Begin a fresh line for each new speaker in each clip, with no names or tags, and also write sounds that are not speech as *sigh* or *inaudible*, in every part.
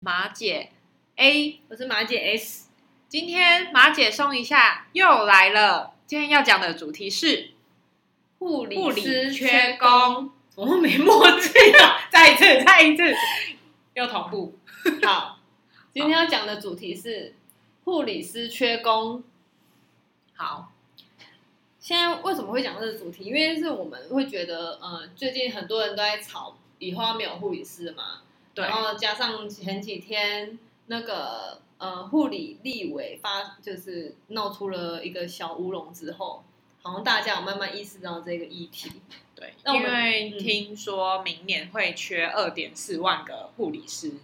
马姐 A，
我是马姐 S，
今天马姐松一下又来了。今天要讲的主题是
护理
护
师
理缺，工，
我们没默契啊！
*laughs* 再一次，再一次，又同步。
好，今天要讲的主题是护理师缺工。
好，
现在为什么会讲这个主题？因为是我们会觉得，呃，最近很多人都在吵以后要没有护理师了嘛，
对
然后加上前几天那个呃护理立委发，就是闹出了一个小乌龙之后，好像大家有慢慢意识到这个议题。
对，
那我
因
们
为
嗯
听说明年会缺二点四万个护理师，
嗯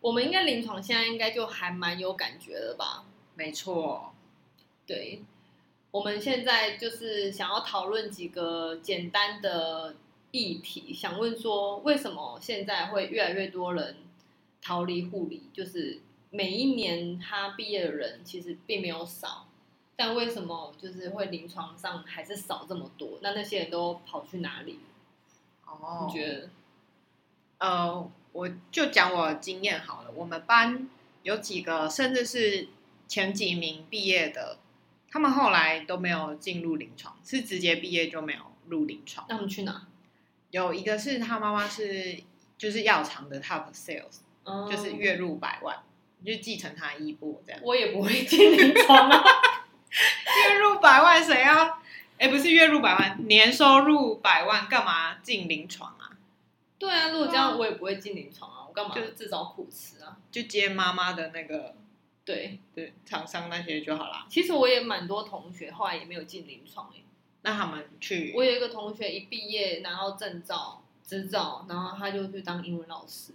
我们应该临床现在应该就还蛮有感觉的吧？
没错，
对，我们现在就是想要讨论几个简单的议题，想问说为什么现在会越来越多人逃离护理？就是每一年他毕业的人其实并没有少，但为什么就是会临床上还是少这么多？那那些人都跑去哪里？
哦
你觉得？
呃，我就讲我经验好了。我们班有几个，甚至是前几名毕业的，他们后来都没有进入临床，是直接毕业就没有入临床。
那他们去哪？
有一个是他妈妈是就是药厂的 top sales，、
嗯
哦就是月入百万，就继承他衣钵这样。
我也不会进临床啊。 *laughs*
月入百万谁要？哎，不是月入百万，年收入百万，干嘛进临床啊？
对啊，如果这
对啊
样我也不会进临床啊，我干嘛
就
自找苦吃啊？
就接妈妈的那个
对，
对厂商那些就好啦。
其实我也蛮多同学后来也没有进临床欸
那他们去
我有一个同学一毕业拿到证照、执照，然后他就去当英文老师，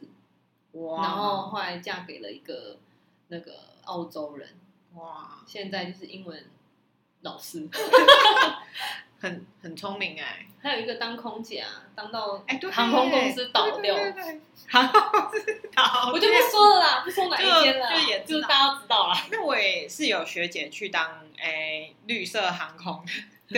哇，
然后后来嫁给了一个那个澳洲人，
哇，
现在就是英文老师。 *laughs*
很很聪明哎、
还有一个当空姐啊，当到
哎、对，
航空公司倒掉
对对对对航空公司倒掉，
我就不说了啦，不说哪一间了啦，
就就也知道
是大家知道啦。
那我也是有学姐去当哎、绿色航空
*laughs*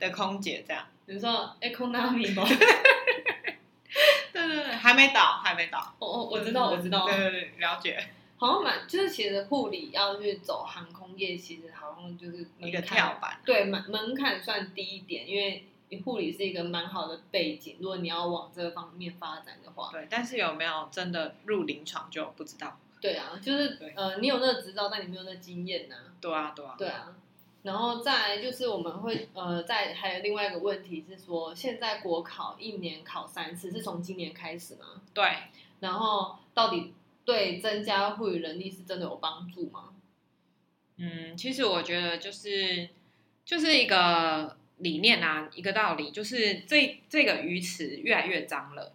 的空姐这样，
你说 economy 吗？ *laughs*
对对对，还没倒，还没倒，
哦哦，我知道，我知道
对。对对，了解，
好像蛮，就是其实护理要去走航空业，其实好像就是
一
门
个
槛
跳板，
对门门槛算低一点，因为你护理是一个蛮好的背景，如果你要往这方面发展的话，
对，但是有没有真的入临床就不知道，
对啊，就是
对
呃，你有那个执照，但你没有那经验呐、
对啊对啊，
对啊。然后再来就是我们会呃，在还有另外一个问题是说，现在国考一年考三次，是从今年开始吗？
对，
然后到底对增加护理能力是真的有帮助吗？
嗯，其实我觉得就是就是一个理念啊，一个道理，就是这这个鱼池越来越脏
*laughs*
了，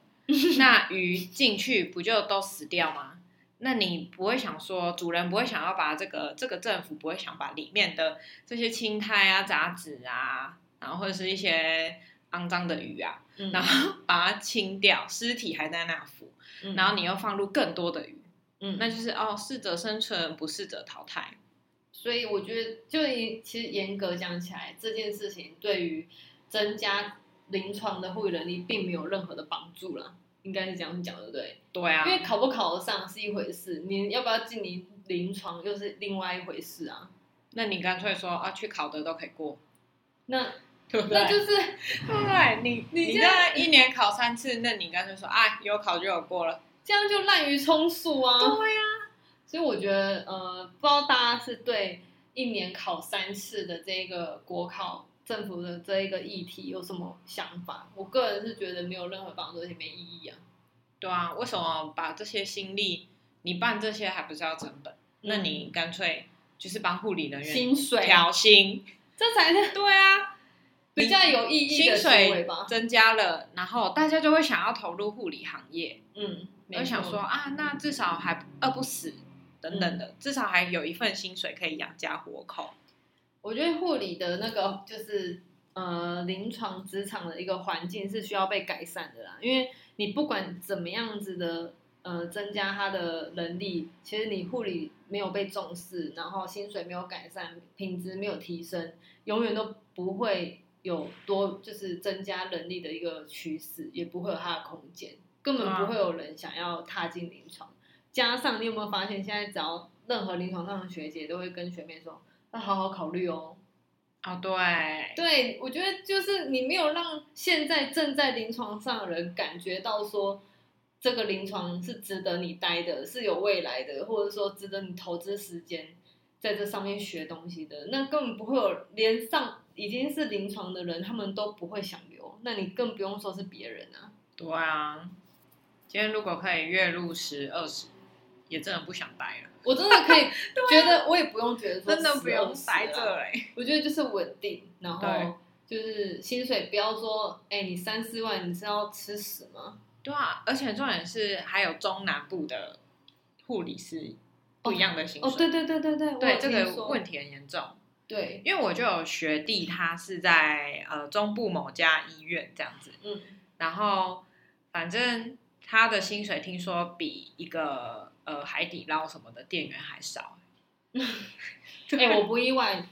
那鱼进去不就都死掉吗？那你不会想说，主人不会想要把这个这个政府不会想把里面的这些青苔啊、杂质啊，然后或者是一些肮脏的鱼啊，
嗯
然后把它清掉，尸体还在那浮，
嗯
然后你又放入更多的鱼，
嗯，
那就是哦，适者生存，不适者淘汰。
所以我觉得，就以其实严格讲起来，这件事情对于增加临床的护理能力并没有任何的帮助啦，应该是这样讲的，对不对？
对啊，
因为考不考得上是一回事，你要不要进临临床又是另外一回事啊。
那你干脆说啊，去考的都可以过，
那
对不
那
对？
就是
对不对？你
你
你
这
这样一年考三次，那你干脆说啊，有考就有过了。
这样就滥竽充数啊。
呀、
所以我觉得，呃，不知道大家是对一年考三次的这个国考政府的这一个议题有什么想法？我个人是觉得没有任何帮助，而且没意义啊。
对啊，为什么把这些心力，你办这些还不是要成本？那你干脆就是帮护理人员
嗯薪水，
调薪，
这才是
对啊，
比较有意义
薪
的行为
水
吧？
增加了，然后大家就会想要投入护理行业，
嗯，没
我想
错
说，啊，那至少还饿不死等等的，
嗯
至少还有一份薪水可以养家活口。
我觉得护理的那个就是呃临床职场的一个环境是需要被改善的啦，因为你不管怎么样子的呃增加他的能力，其实你护理没有被重视，然后薪水没有改善，品质没有提升，永远都不会有多就是增加能力的一个趋势，也不会有它的空间，根本
对啊
不会有人想要踏进临床。加上你有没有发现，现在只要任何临床上的学姐都会跟学妹说，要好好考虑哦。
哦，对，
对，我觉得就是你没有让现在正在临床上的人感觉到说，这个临床是值得你待的，是有未来的，或者说值得你投资时间在这上面学东西的，那根本不会有连上已经是临床的人，他们都不会想留，那你更不用说是别人啊。
对啊，今天如果可以月入十二十，也真的不想待了，
我真的
*laughs*
可以觉得，我也不用觉得说
啊真的不用
12
待
了
这欸嘞。
我觉得就是稳定，然
对
后就是薪水不要说，哎、你三四万你是要吃屎吗？
对啊，而且重点是还有中南部的护理师不一样的薪水，
哦，对对对对对，我
对
有
这
听
个
说
问题很严重。
对，
因为我就有学弟，他是在呃中部某家医院这样子，
嗯，
然后反正他的薪水听说比一个呃海底捞什么的店员还少。
哎、我不意外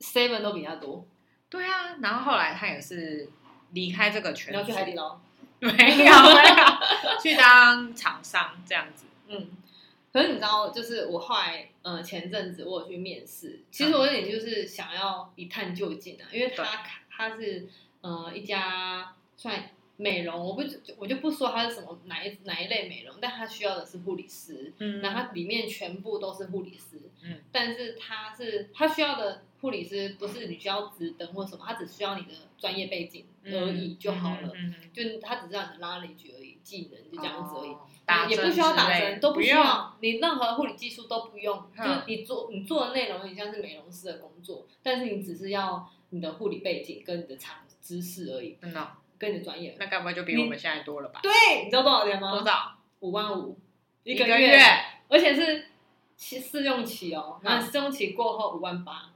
，seven 都比较多，
对啊，然后后来他也是离开这个圈
你
子，
要去海底捞，
*laughs* 没有没有，去当厂商这样子。
嗯。可是你知道，就是我后来，呃，前阵子我有去面试，其实我有点就是想要一探究竟啊，因为
对
他他是呃一家算美容，我不我就不说它是什么哪一哪一类美容，但它需要的是护理师，
嗯
然后它里面全部都是护理师，
嗯，
但是它是它需要的护理师不是你需要职等或什么，它只需要你的专业背景而已就好了，
嗯嗯嗯嗯
就它只是让你的 knowledge 而已，技能就这样子而已，嗯
哦打
也不需要打
之类
针，都
不
需
用，
要，你任何护理技术都不用，就
嗯
是你做你做的内容很像是美容师的工作，但是你只是要你的护理背景跟你的常知识而已，
真的哦，
跟你的专业。
那该不会就比
你
我们现在多了吧？
对，你知道多少钱
多
吗？
少？
五万五一
个
个月。而且是期试用期哦，
嗯
然后试用期过后五万八，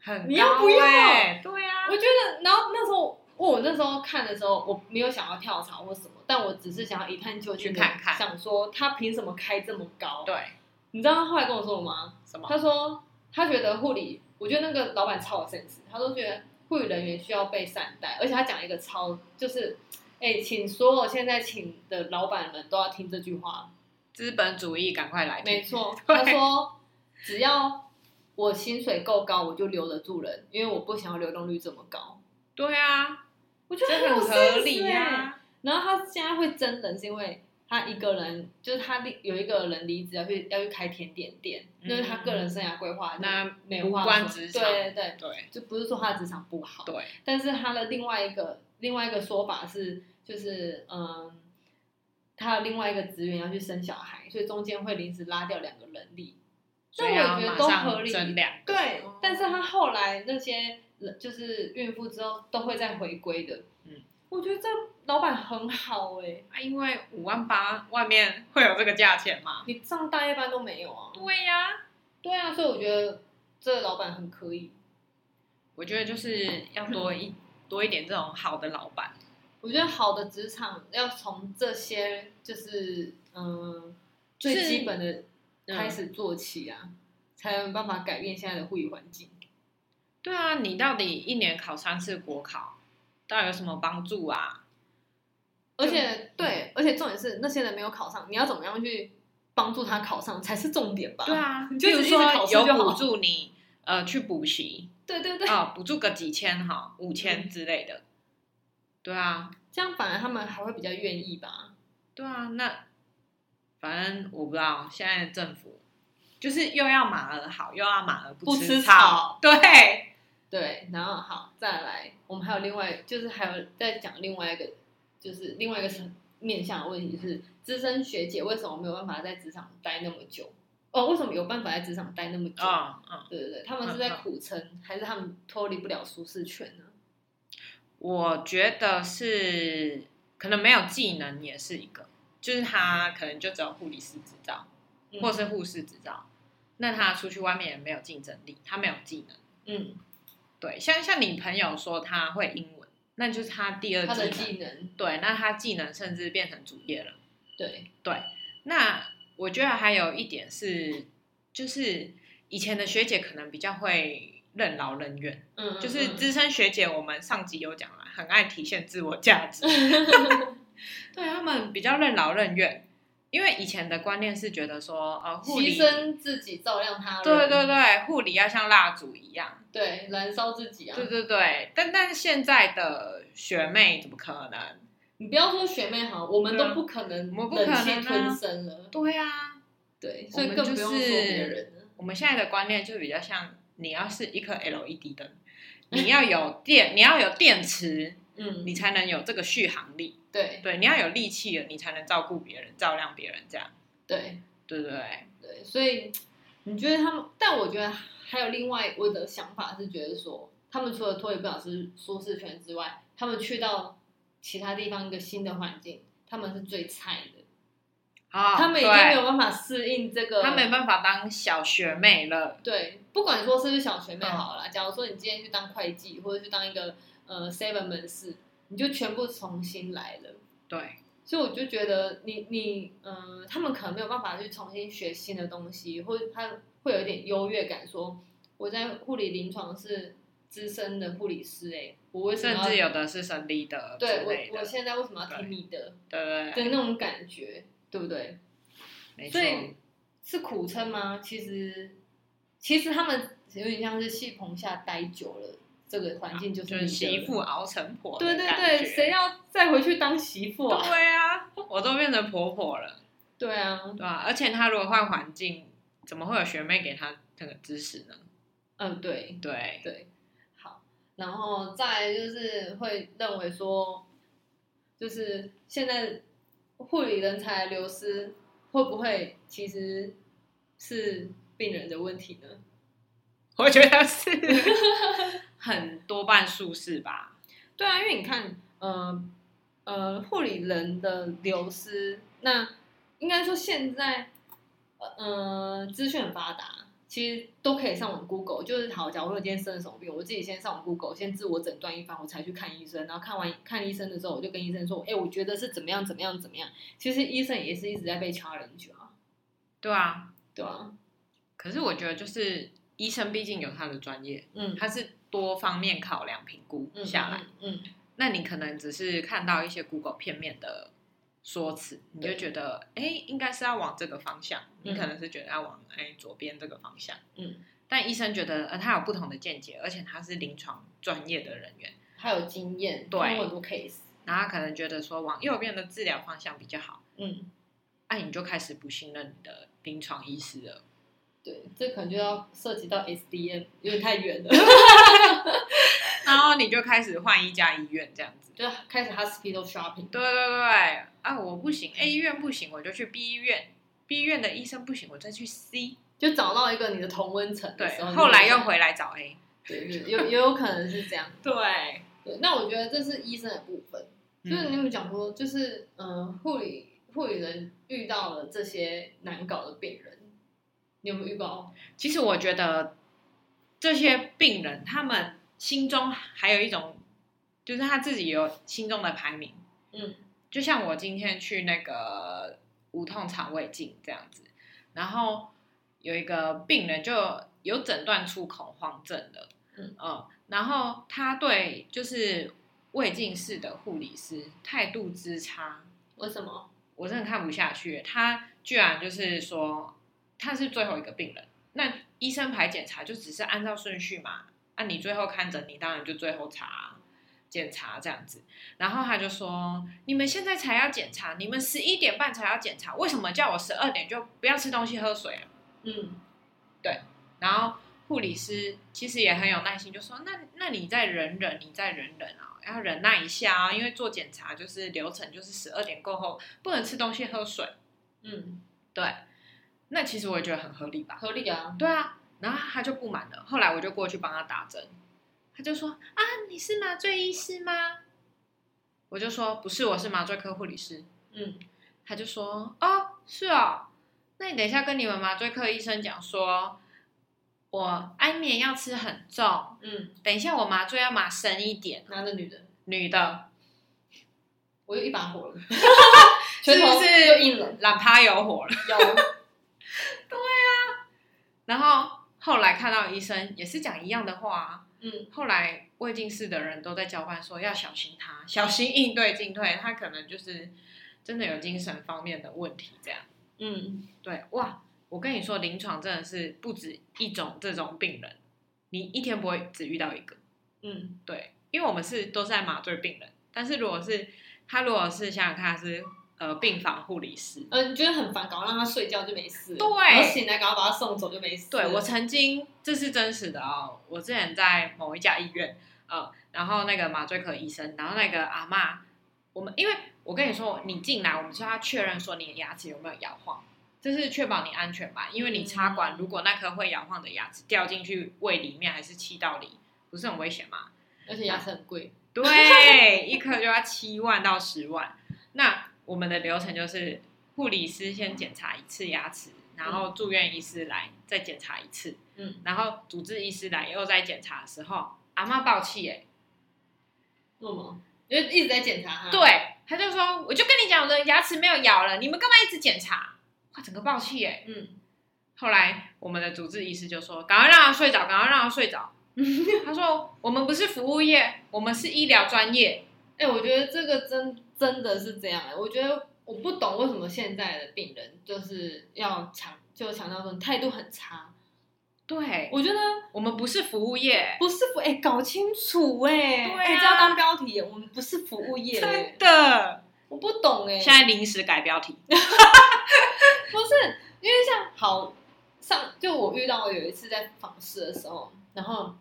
很
你要
高
不要
欸对啊，
我觉得，然后那时候我那时候看的时候，我没有想要跳槽或什么，但我只是想要一探究竟，
去看看
想说他凭什么开这么高？
对，啊
你知道他后来跟我说什么吗？
什么？
他说他觉得护理，我觉得那个老板超有 sense，他都觉得护理人员需要被善待，而且他讲一个超就是。哎、请所有现在请的老板们都要听这句话，
资本主义，赶快来！，
没错
*laughs*
他说只要我薪水够高，我就留得住人，因为我不想要流动率这么高。
对啊，
我觉得
这
有
很
sense
合理啊
欸
呀、
然后他现在会真人，是因为他一个人，就是他离有一个人离职要去要去开甜点店，
嗯
就是他个人生涯规划，
那
没
无
话
关
说
职场
对对对，
对
就不是说他的职场不好，
对，
但是他的另外一个另外一个说法是，就是嗯，他的另外一个职员要去生小孩，所以中间会临时拉掉两个人力。
所
但
以
我
要
觉得
马
都合
上
理。
增量。
对
哦，
但是他后来那些人就是孕妇之后都会再回归的。
嗯，
我觉得这老板很好哎、
啊，因为五万八外面会有这个价钱嘛？
你上大夜班都没有啊？
对呀、
对啊，所以我觉得这个老板很可以。
我觉得就是要多一多一点这种好的老板。
我觉得好的职场要从这些就是嗯最
是
基本的
嗯
开始做起啊，才有办法改变现在的护理环境。
对啊，你到底一年考三次国考，到底有什么帮助啊？
而且对，而且重点是那些人没有考上，你要怎么样去帮助他考上才是重点吧？
对，啊，
哦你就
比如
只是一直
说
考试
有
就好
补助你呃去补习
对对 *laughs* 嗯对，
啊、补助个几千哈，五千之类的。对啊，
这样反而他们还会比较愿意吧？
对啊，那反正我不知道，现在的政府就是又要马儿好，又要马儿不
不
吃
吃
草
草 *laughs*
对，
对，然后好，再来，我们还有另外，就是还有再讲另外一个，就是另外一个层面向的问题是，资深学姐为什么没有办法在职场待那么久？哦，为什么有办法在职场待那么久？
嗯嗯，
对对对，他们是在苦撑，还是他们脱离不了舒适圈呢？
我觉得是可能没有技能也是一个，就是他可能就只有护理师执照
嗯
或是护士执照，那他出去外面也没有竞争力，他没有技能。
嗯，
对，像像你朋友说他会英文，那就是他第二
他的
技能
技能，
对，那他技能甚至变成主业了。
对，
那我觉得还有一点是，就是以前的学姐可能比较会任劳任怨，
嗯，
就是
嗯
资深学姐，我们上集有讲了，
*laughs*
*laughs* 很爱体现自我价值，对他们比较任劳任怨。因为以前的观念是觉得说，呃，护
牺
理，
牲自己照亮他人，
对对对，护理要像蜡烛一样，
对，燃烧自己啊！
对对对。但但现在的学妹怎么可能？
你不要说学妹好，我们
对啊
都不可能
我们不可
忍
能啊
气吞声了，
对啊，
对，
我
所
们
以更不用说
就是
别人了。
我们现在的观念就比较像，你要是一颗 LED 灯，你要有电，你要有电池，
嗯，
你才能有这个续航力。
对
对，你要有力气了，你才能照顾别人，照亮别人，这样，
对
对不对？
对，所以你觉得他们？但我觉得还有另外我的想法是，觉得说他们除了脱离不了是舒适圈之外，他们去到其他地方一个新的环境，他们是最菜的，
啊、
他们已经没有办法适应这个，
对，他没办法当小学妹了。
对，不管说是不是小
哦
学妹好了啦，假如说你今天去当会计，或者去当一个呃 seven 门市，你就全部重新来了。
对，
所以我就觉得你你嗯、呃他们可能没有办法去重新学新的东西，或者他会有一点优越感说，我在护理临床是资深的护理师哎、我为什
甚
么
至
要
有的是生理的之
对
类
我我
的，
现在为什么要听你的
对不
的
对？
那种感觉，对不对？
没错
所，以是苦撑吗？其实，其实他们有点像是戏棚下待久了，这个环境就
啊
是
就
你的
是媳妇熬成婆的
对对
感
对，
觉
谁要再回去当媳妇啊？
对啊，我都变成婆婆了，
对啊，
对吧、而且她如果换环境，怎么会有学妹给她那个支持呢？
嗯，对
对， *laughs*
对，好，然后再来就是会认为说，就是现在护理人才流失会不会其实是病人的问题呢？
我觉得是
*laughs*
很多半数是吧？
对啊，因为你看，呃呃，护理人的流失，那应该说现在，呃，资讯很发达，其实都可以上网 Google。就是好，假如我今天生了什么病，我自己先上网 Google，先自我诊断一番，我才去看医生。然后看完看医生的时候，我就跟医生说，哎、我觉得是怎么样怎么样怎么样。其实医生也是一直在被 challenge 啊，
对啊，
对啊，
可是我觉得就是医生毕竟有他的专业，
嗯，
他是多方面考量评估
嗯
下来。，
嗯，嗯
那你可能只是看到一些 Google 片面的说辞，你就
对
觉得哎、诶应该是要往这个方向，你
嗯
可能是觉得要往哎、诶左边这个方向，
嗯。
但医生觉得，呃，他有不同的见解，而且他是临床专业的人员，
还有经验，
对
看过很多 case，
然后他可能觉得说往右边的治疗方向比较好，
嗯，
哎、你就开始不信任你的临床医师了。
对，这可能就要涉及到 SDM，有点太远了。
然后你就开始换一家医院这样子。
就开始 hospital shopping。
对对对，啊，我不行，A 医院不行，我就去 B 医院，B 医院的医生不行，我再去 C。
就找到一个你的同温层的
对
时候，，
后来又回来找 A。
对，对有也有可能是这样。
对，
对，那我觉得这是医生的部分，就是你
嗯
有讲说，就是嗯，护理护理人遇到了这些难搞的病人，你有没有遇到？
其实我觉得这些病人他们心中还有一种，就是他自己有心中的排名。
嗯，
就像我今天去那个无痛肠胃镜这样子，然后有一个病人就有诊断出恐慌症了，呃
嗯
然后他对就是胃镜室的护理师态度之差，
为什么？
我真的看不下去，他居然就是说他是最后一个病人，那医生排检查就只是按照顺序嘛，啊，你最后看诊，你当然就最后查检查这样子。然后他就说，你们现在才要检查，你们十一点半才要检查，为什么叫我十二点就不要吃东西喝水了？啊
嗯，
然后护理师其实也很有耐心，就说：“那那你再忍忍，你再忍忍啊，要忍耐一下啊，因为做检查就是流程就是十二点过后不能吃东西喝水。”
嗯，
对，那其实我也觉得很合理吧。
合理啊。
对啊，然后他就不满了，后来我就过去帮他打针，他就说啊，你是麻醉医师吗？我就说不是，我是麻醉科护理师。
嗯，
他就说哦，是哦，那你等一下跟你们麻醉科医生讲说，我安眠药吃很重，
嗯，
等一下我麻醉要麻深一点。
男的女的，
女的
我有一把火了，
是
拳头
不是
就硬了，
懒趴有火了。
有，
然后后来看到医生也是讲一样的话、啊，
嗯，
后来胃镜室的人都在交办说要小心他，小心应对进退，他可能就是真的有精神方面的问题这样。
嗯，
对，哇，我跟你说，临床真的是不止一种这种病人，你一天不会只遇到一个。
嗯，
对，因为我们是都是在麻醉病人，但是如果是他如果是想想看他是呃病房护理师，
呃，你觉得很烦，赶快让他睡觉就没事了，
对
然后醒来赶快把他送走就没事了。
对我曾经这是真实的哦，我之前在某一家医院，呃，然后那个麻醉科医生，然后那个阿嬷，我们因为我跟你说，你进来，我们就要确认说你的牙齿有没有摇晃，这是确保你安全嘛，因为你插管，如果那颗会摇晃的牙齿掉进去胃里面还是气道里，不是很危险吗？
而且牙齿很贵，
*laughs* 对，一颗就要七万到十万。那我们的流程就是护理师先检查一次牙齿，然后住院医师来再检查一次，
嗯，
然后主治医师来又在检查的时候，阿妈爆气哎、
为什么？因为一直在检查他。，
对，他就说我就跟你讲我的牙齿没有咬了，你们干嘛一直检查？哇，整个爆气哎、
嗯，
后来我们的主治医师就说：“赶快让他睡着，赶快让他睡 *laughs* 着。”他说：“我们不是服务业，我们是医疗专业。
哎、我觉得这个真真的是这样、哎，我觉得我不懂为什么现在的病人就是要强，就强调说你态度很差。
对，
我觉得
我们不是服务业。
不是服，哎、搞清楚、哎，
对啊
哎这要当标题耶，我们不是服务业，
真
哎
的。
我不懂哎、
现在临时改标题，
不是因为像好上，就我遇到有一次在访视的时候，然后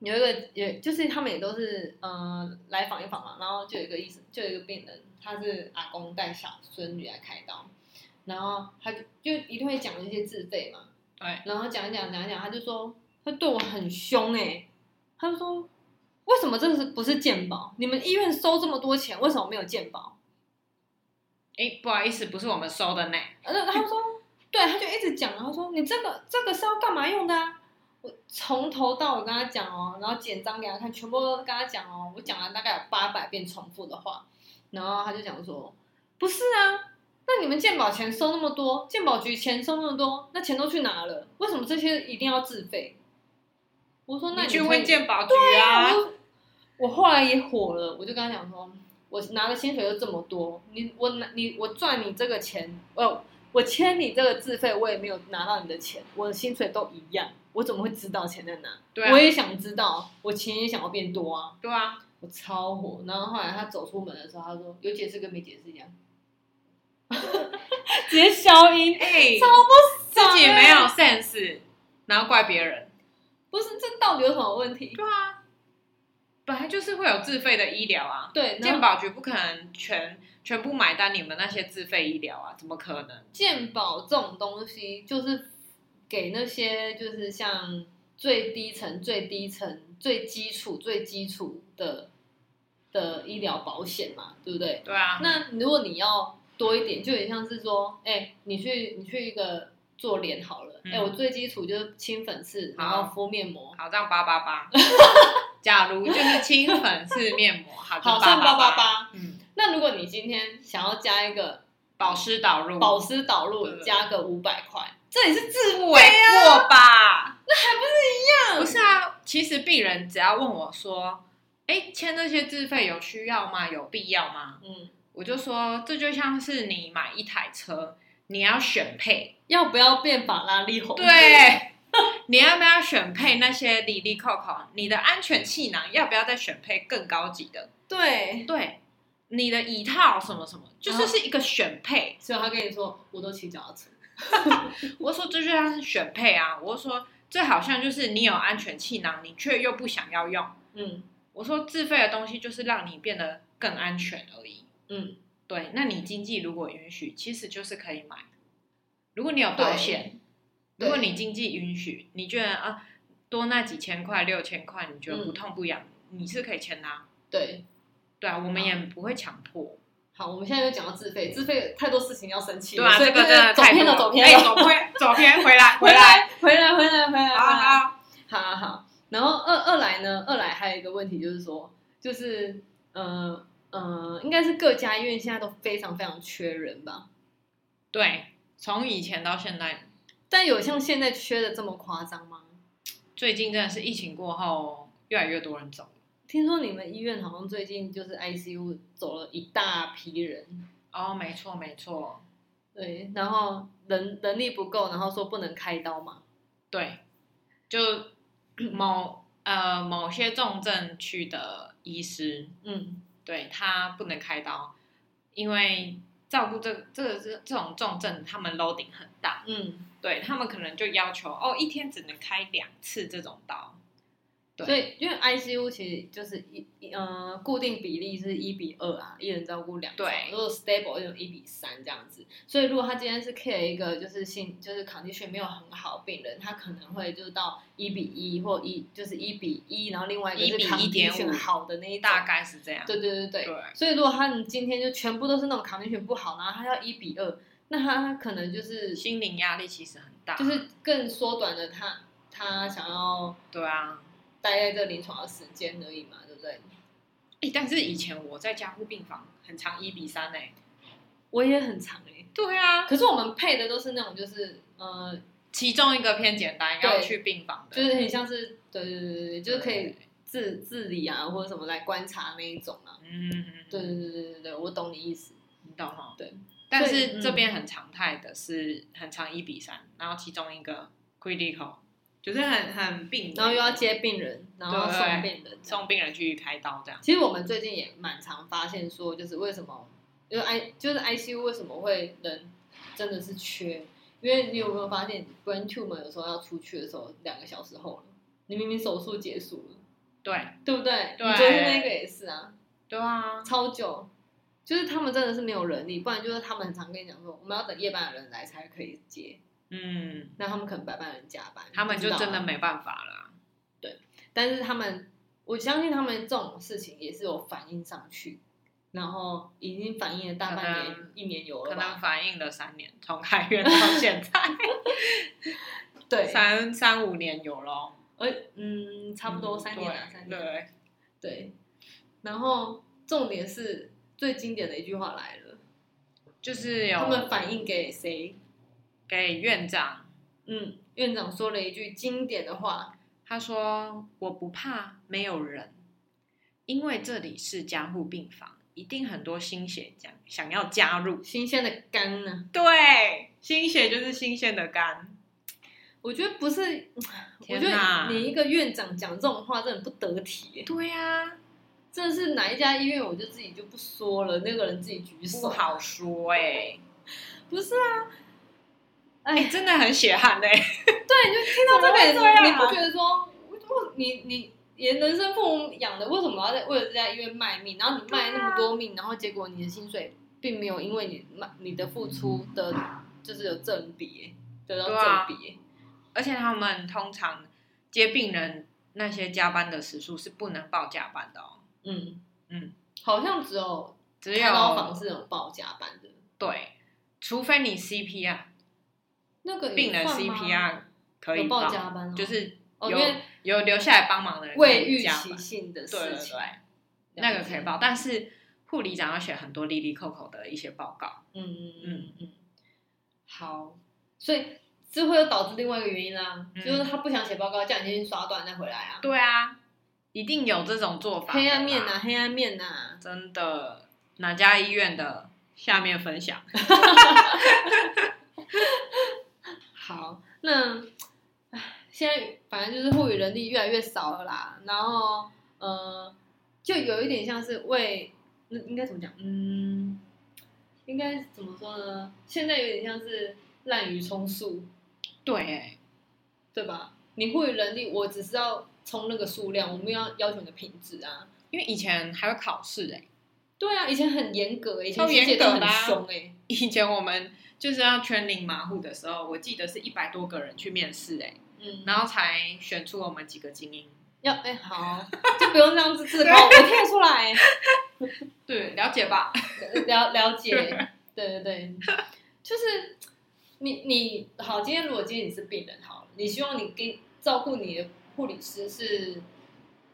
有一个也就是他们也都是呃来访一访嘛，然后就有一个医生，就有一个病人，他是阿公带小孙女来开刀，然后他就就一定会讲一些自费嘛，
对，
然后讲一讲讲一讲，他就说他对我很凶哎、他就说为什么这是不是鉴宝？你们医院收这么多钱，为什么没有鉴宝？
哎，不好意思，不是我们收的呢。
然后他说，对，他就一直讲，然后说你这个这个是要干嘛用的、啊？我从头到尾跟他讲哦，然后简章给他看，全部都跟他讲哦，我讲了大概有八百遍重复的话，然后他就讲说，不是啊，那你们鉴宝钱收那么多，鉴宝局钱收那么多，那钱都去哪了？为什么这些一定要自费？我说那
你去
可以
问鉴宝局
啊
啊
我。就我后来也火了，我就跟他讲说，我拿的薪水就这么多，你我拿你我赚你这个钱，呃，我签你这个自费，我也没有拿到你的钱，我的薪水都一样，我怎么会知道钱在哪？
对啊
我，也想知道，我钱也想要变多啊，
对啊，
我超火。然后后来他走出门的时候，他说有解释跟没解释一样， *laughs* 直接消音，
哎，
超不爽、
自己没有，sense，然后怪别人。
不是这到底有什么问题？
对啊，本来就是会有自费的医疗啊，
对，然后
健保局不可能全全部买单你们那些自费医疗啊，怎么可能？
鉴宝这种东西，就是给那些就是像最低层、最低层、最基础、最基础的的医疗保险嘛，对不对？
对啊，
那如果你要多一点，就有点像是说，哎、你去你去一个做脸好了，哎、
嗯
我最基础就是清粉刺，然后敷面膜，
好，这样八八
*laughs*
八。假如就是清粉刺面膜，好，就
好算八八
八。
八。
嗯，
那如果你今天想要加一个
保湿导入，
保湿导入，
对
加个五百块，这也是自
不为
费啊，
过吧？
样
不是啊，其实病人只要问我说：“哎，签这些自费有需要吗？有必要吗
嗯，？”
我就说，这就像是你买一台车，你要选配，
要不要变法拉利红？
对，你要不要选配那些里里扣扣？你的安全气囊要不要再选配更高级的？
对，
对，你的椅套什么什么，就是是一个选配。
所以他跟你说，我都骑脚踏车。
我说这就像是选配啊，我说这好像就是你有安全气囊，你却又不想要用。
嗯
我说自费的东西就是让你变得更安全而已。
嗯，
对，那你经济如果允许，其实就是可以买。如果你有保险，
对
如果你经济允许，你觉得啊多那几千块、六千块，你觉
嗯
得不痛不痒，你是可以签的啊、
对。
对啊，我
嗯
们也不会强迫。
好，我们现在就讲到自费，自费太多事情要生气
对
了。
啊，
所
这
以
个真的
走
太
偏
多
了，
了
走
哎
偏 *laughs* 了，
走偏，走偏，回
*laughs*
来，
回
回来。
来，回来，回来，回来，
好
回来
好，
好好好。然后二二来呢，二来还有一个问题就是说，就是呃呃，应该是各家医院现在都非常非常缺人吧，
*laughs* 对，从以前到现在，
但有像现在缺的这么夸张吗？
最近真的是疫情过后，越来越多人走。
听说你们医院好像最近就是 ICU 走了一大批人，
哦，没错没错，
对，然后人人力不够，然后说不能开刀嘛，
对，就某呃某些重症区的医师，
嗯，
对他不能开刀，因为照顾这这个这这种重症，他们 loading 很大，
嗯，
对他们可能就要求哦，一天只能开两次这种刀，对
所以因为 ICU 其实就是一一呃固定比例是一比二啊，一人照顾两床
对
如果 stable 就一比三这样子。所以如果他今天是 care 一个就是心就是 condition 没有很好的病人，他可能会就是到一比一或一就是一比一，然后另外一个是
1比
condition
1.5
好的那一种
大概是这样，
对对对对，
对
所以如果他们今天就全部都是那种 condition 不好，然后他要一比二，那他可能就是
心灵压力其实很大，
就是更缩短了他他想要
对啊，
待在这临床的时间而已嘛，对不对？
哎、但是以前我在加护病房很长一比三呢、欸
我也很长哎、
对啊，
可是我们配的都是那种就是呃，
其中一个偏简单，
对
要去病房的，
就是很像是对对对对对，就是可以
对
自自理啊或者什么来观察那一种啊。
嗯，嗯嗯
对对对对对对，我懂你意思。
你懂哈？
对，
但
所以
是这边很常态的是很常一比三，然后其中一个 critical 就是很很病危，
然后又要接病人，然后
对
送病人，
送病人去开刀这样。
其实我们最近也蛮常发现说，就是为什么，就是 I 就是 ICU 为什么会人真的是缺？因为你有没有发现，brain tumor 有时候要出去的时候，两个小时后了，你明明手术结束了，
对
对不对？
对
你昨天那个也是啊，
对啊，
超久。就是他们真的是没有人力，不然就是他们很常跟你讲说，我们要等夜班的人来才可以接，
嗯，
那他们可能白班人加班，
他们就
不知道啊
真的没办法啦。
但是他们，我相信他们这种事情也是有反映上去，然后已经反映了大半
可
年
能、
一年有
可
了
能
吧？
反映了三年，从开院到现在
对，
三三五年有咯，
而嗯，差不多三年了，
嗯对
三年了。
对，
对，然后重点是最经典的一句话来了，
就是有
他们反映给谁？
给院长，
嗯，院长说了一句经典的话，
他说：“我不怕没有人，因为这里是加护病房，一定很多新血想想要加入。
新鲜的肝呢、
对，新血就是新鲜的肝。
我觉得不是，我
天
觉
哪
得你一个院长讲这种话，真的很不得体耶、
对呀、
这是哪一家医院，我就自己就不说了，那个人自己举手。
不好，说哎、
不是啊，
哎、真的很血汗哎、
对，你就听到这
怎么会这
个，
样
你不觉得说，我你你也人生父母养的，为什么要在为了这家医院卖命？然后你卖那么多命，然后结果你的薪水并没有因为你卖你的付出的，就是有正比耶得到
对啊
正比耶。
而且他们通常接病人那些加班的时数是不能报加班的哦，
嗯
嗯，
好像只有
只
开刀房
有
是有报加班的，
对，除非你 CPR
那个有
病人
呃算吗
CPR 可以
有报加班哦
就是
哦
有
因为
有留下来帮忙的人可以
未预
加
期
班
性的
对
事
对
情
对，，那个
了解
可以报，但是护理长要写很多利利扣扣的一些报告。
嗯嗯
嗯
嗯，好，所以这会又导致另外一个原因啦、
嗯
就是他不想写报告，叫你先去刷短再回来啊，
对啊，一定有这种做法。
黑暗面
啊
呐、，黑暗面啊呐、
真的哪家医院的？下面分享。
好，那唉现在反正就是护理人力越来越少了啦，然后呃，就有一点像是为那应该怎么讲？嗯，应该怎么说呢？现在有点像是滥竽充数，
对欸，
对吧？你护理人力，我只是要冲那个数量，我们要要求你的品质啊。
因为以前还会考试哎，
对啊，以前很严格欸，以前
超
学姐
严
都
格
很
的啊
凶哎。
*laughs* 以前我们就是要圈领马户的时候，我记得是一百多个人去面试哎，
嗯，
然后才选出我们几个精英。
要哎、好，就不用这样子自高，我听得出来，欸
对，了解吧？
了了解，对对对，就是你你好，今天如果今天你是病人好了，你希望你给照顾你的护理师是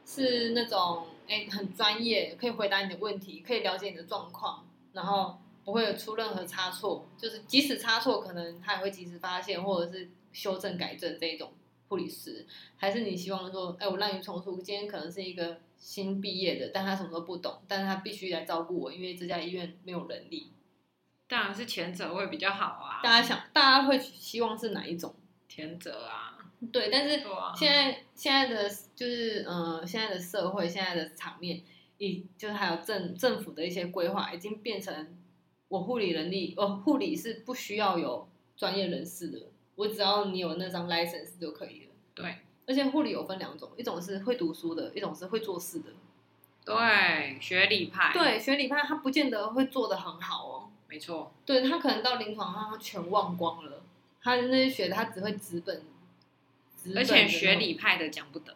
是那种哎、很专业，可以回答你的问题，可以了解你的状况，然后不会有出任何差错，就是即使差错，可能他也会及时发现或者是修正改正这一种护理师，还是你希望说，哎、我滥竽充数，今天可能是一个新毕业的，但他什么都不懂，但是他必须来照顾我，因为这家医院没有人力，
当然是前者会比较好啊。
大家想，大家会希望是哪一种？
前者啊，
对，但是
对啊，
现在现在的就是呃，现在的社会，现在的场面，以就是还有政政府的一些规划，已经变成我护理能力，哦，护理是不需要有专业人士的，我只要你有那张 license 就可以了。
对，
而且护理有分两种，一种是会读书的，一种是会做事的。
对学理派，，
对，学理派他不见得会做的很好哦，
没错，
对他可能到临床上他全忘光了，他那些学的他只会纸本，纸
而
本的
且
那
学
种
理派的讲不得，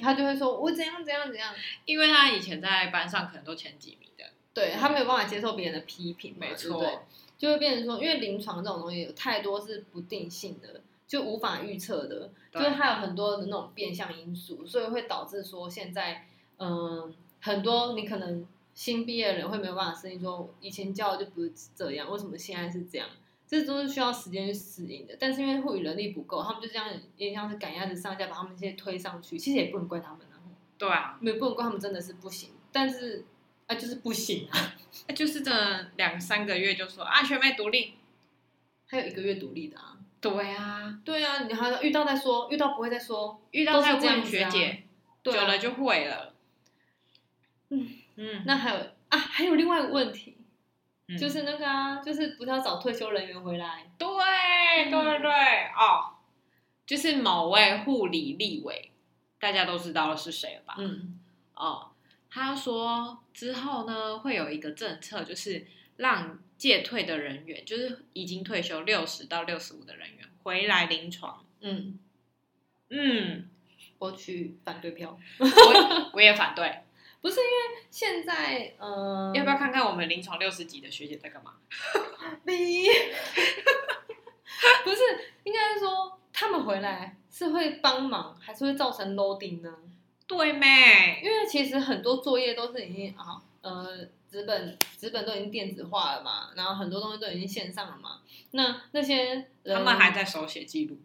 他就会说我怎样怎样怎样。
因为他以前在班上可能都前几名的，
对他没有办法接受别人的批评嘛，
没
对不对
错，
就会变成说，因为临床这种东西有太多是不定性的，就无法预测的，就
对
是它有很多的那种变相因素，所以会导致说现在，嗯、很多你可能新毕业的人会没有办法适应，说以前教的就不是这样，为什么现在是这样？这都是需要时间去适应的，但是因为护理能力不够，他们就这样，也像是赶鸭子上架，把他们这些推上去，其实也不能怪他们啊，
对啊，
没有不能怪他们真的是不行，但是啊就是不行啊，
那就是这两三个月就说啊学妹独立，
还有一个月独立的啊。
对啊，
对啊，你还要遇到再说，遇到不会再说。
遇到再
都是这样
问
子啊
学姐，
对啊、
久了就会了，
嗯
嗯，
那还有啊，还有另外一个问题，
嗯
就是那个啊，就是不是要找退休人员回来？
对对对、哦，就是某位护理立委，大家都知道了是谁了吧？
嗯，
哦，他说之后呢会有一个政策，就是让借退的人员，就是已经退休六十到六十五的人员回来临床。
嗯，
嗯，
我取反对票，
我我也反对，
*laughs* 不是因为现在呃，
要不要看看我们临床六十级的学姐在干嘛？ *laughs*
你？不是，应该是说他们回来是会帮忙，还是会造成 loading 呢？
对妹，
因为其实很多作业都是已经啊，呃，纸本纸本都已经电子化了嘛，然后很多东西都已经线上了嘛。那那些呃人
他们还，在手写记录。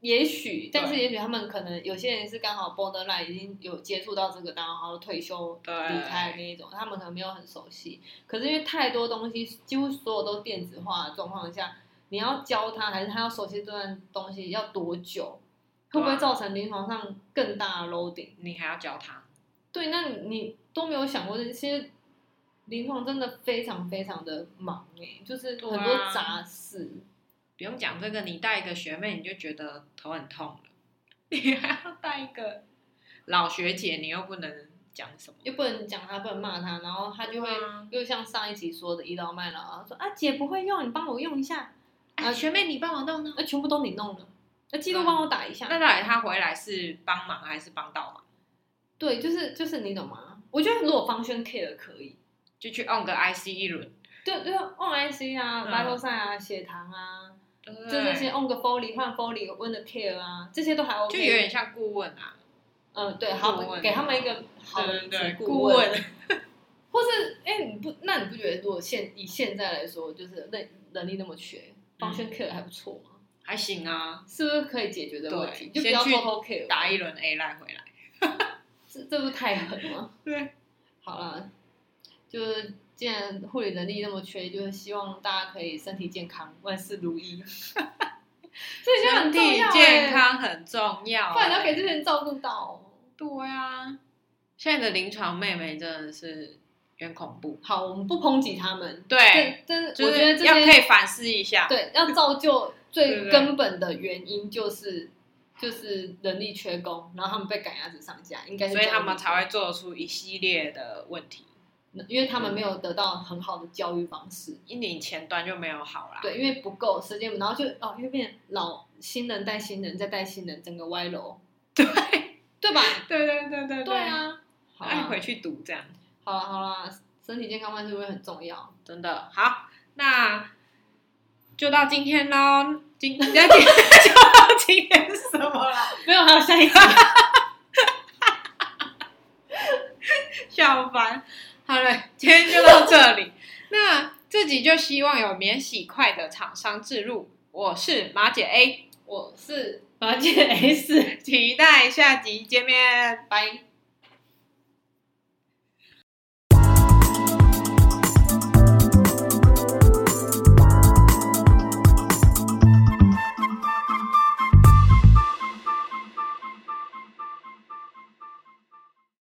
也许，但是
对
也许他们可能有些人是刚好 borderline 已经有接触到这个，然后退休
对
离开的那一种，他们可能没有很熟悉。可是因为太多东西，几乎所有都电子化的状况下，你要教他，还是他要熟悉这段东西要多久？会
对
不会
啊
造成临床上更大的 loading？
你还要教他，
对，那你你都没有想过这些临床真的非常非常的忙哎、就是
对
很多
啊
杂事。
不用讲这个，你带一个学妹你就觉得头很痛了，你还要带一个老学姐，你又不能讲什么，
又不能讲他，不能骂他，然后他就会、
对啊
又像上一集说的倚老卖老啊，说啊姐不会用，你帮我用一下，
啊，学妹你帮我弄弄。
那、全部都你弄了，那、记录
对啊
帮我打一下。
那到底他回来是帮忙还是帮倒忙？
对，就是就是你懂吗？我觉得如果方轩 care 可以，
就去 on 个 IC 一轮，
对对，OIC 啊、
嗯
battle 赛啊、血糖啊，
就
就这些 on 个 folly 换 folly 温的 care 啊，这些都还 OK。
就有点像顾问啊，
嗯，对，好
顾，问
给他们一个好的
对对对
顾
顾
问
问，
或是哎、你不，那你不觉得如果现以现在来说，就是能能力那么缺，方
嗯
轩 care 还不错吗？
还行啊，
是不是可以解决这个问题？
对
就不要
先去
偷偷 care，
打一轮 A 赖回来。
这这不太狠
*laughs*
吗？
对，
好了，就是既然护理能力那么缺，就是希望大家可以身体健康，万事如意。 *laughs* 这就
身
很
体
重要、欸，
健，康很重要、欸
不然你要给这些人照顾到、哦。
对啊，现在的临床妹妹真的是有点恐怖，
好，我们不抨击他们，
对，
但但是
就
我觉得
是
这
要
些
可以反思一下，
对，要造就
对
最
对对
根本的原因就是就是人力缺工，然后他们被赶鸭子上架，应该是
所以他们
这样
才会做出一系列的问题，
子，因为他
嗯
们没有得到很好的教育方式，
因为你前端就没有好啦。
对，因为不够时间，然后就哦，又变老新人带新人再带新人，整个歪楼， *laughs* 对对吧？
对对对对
对， *laughs* 啊，好
爱
啦
回去读这样。
好了好了，身体健康万事会很重要。
真的好，那就到今天喽。今今天就到今天是什么啦？
没有，还有下 *laughs* 一集。
笑翻。好了，今天就到这里。那这集就希望有免洗筷的厂商置入。我是马姐 A，
我是马姐 S，
期待下集见面。
拜。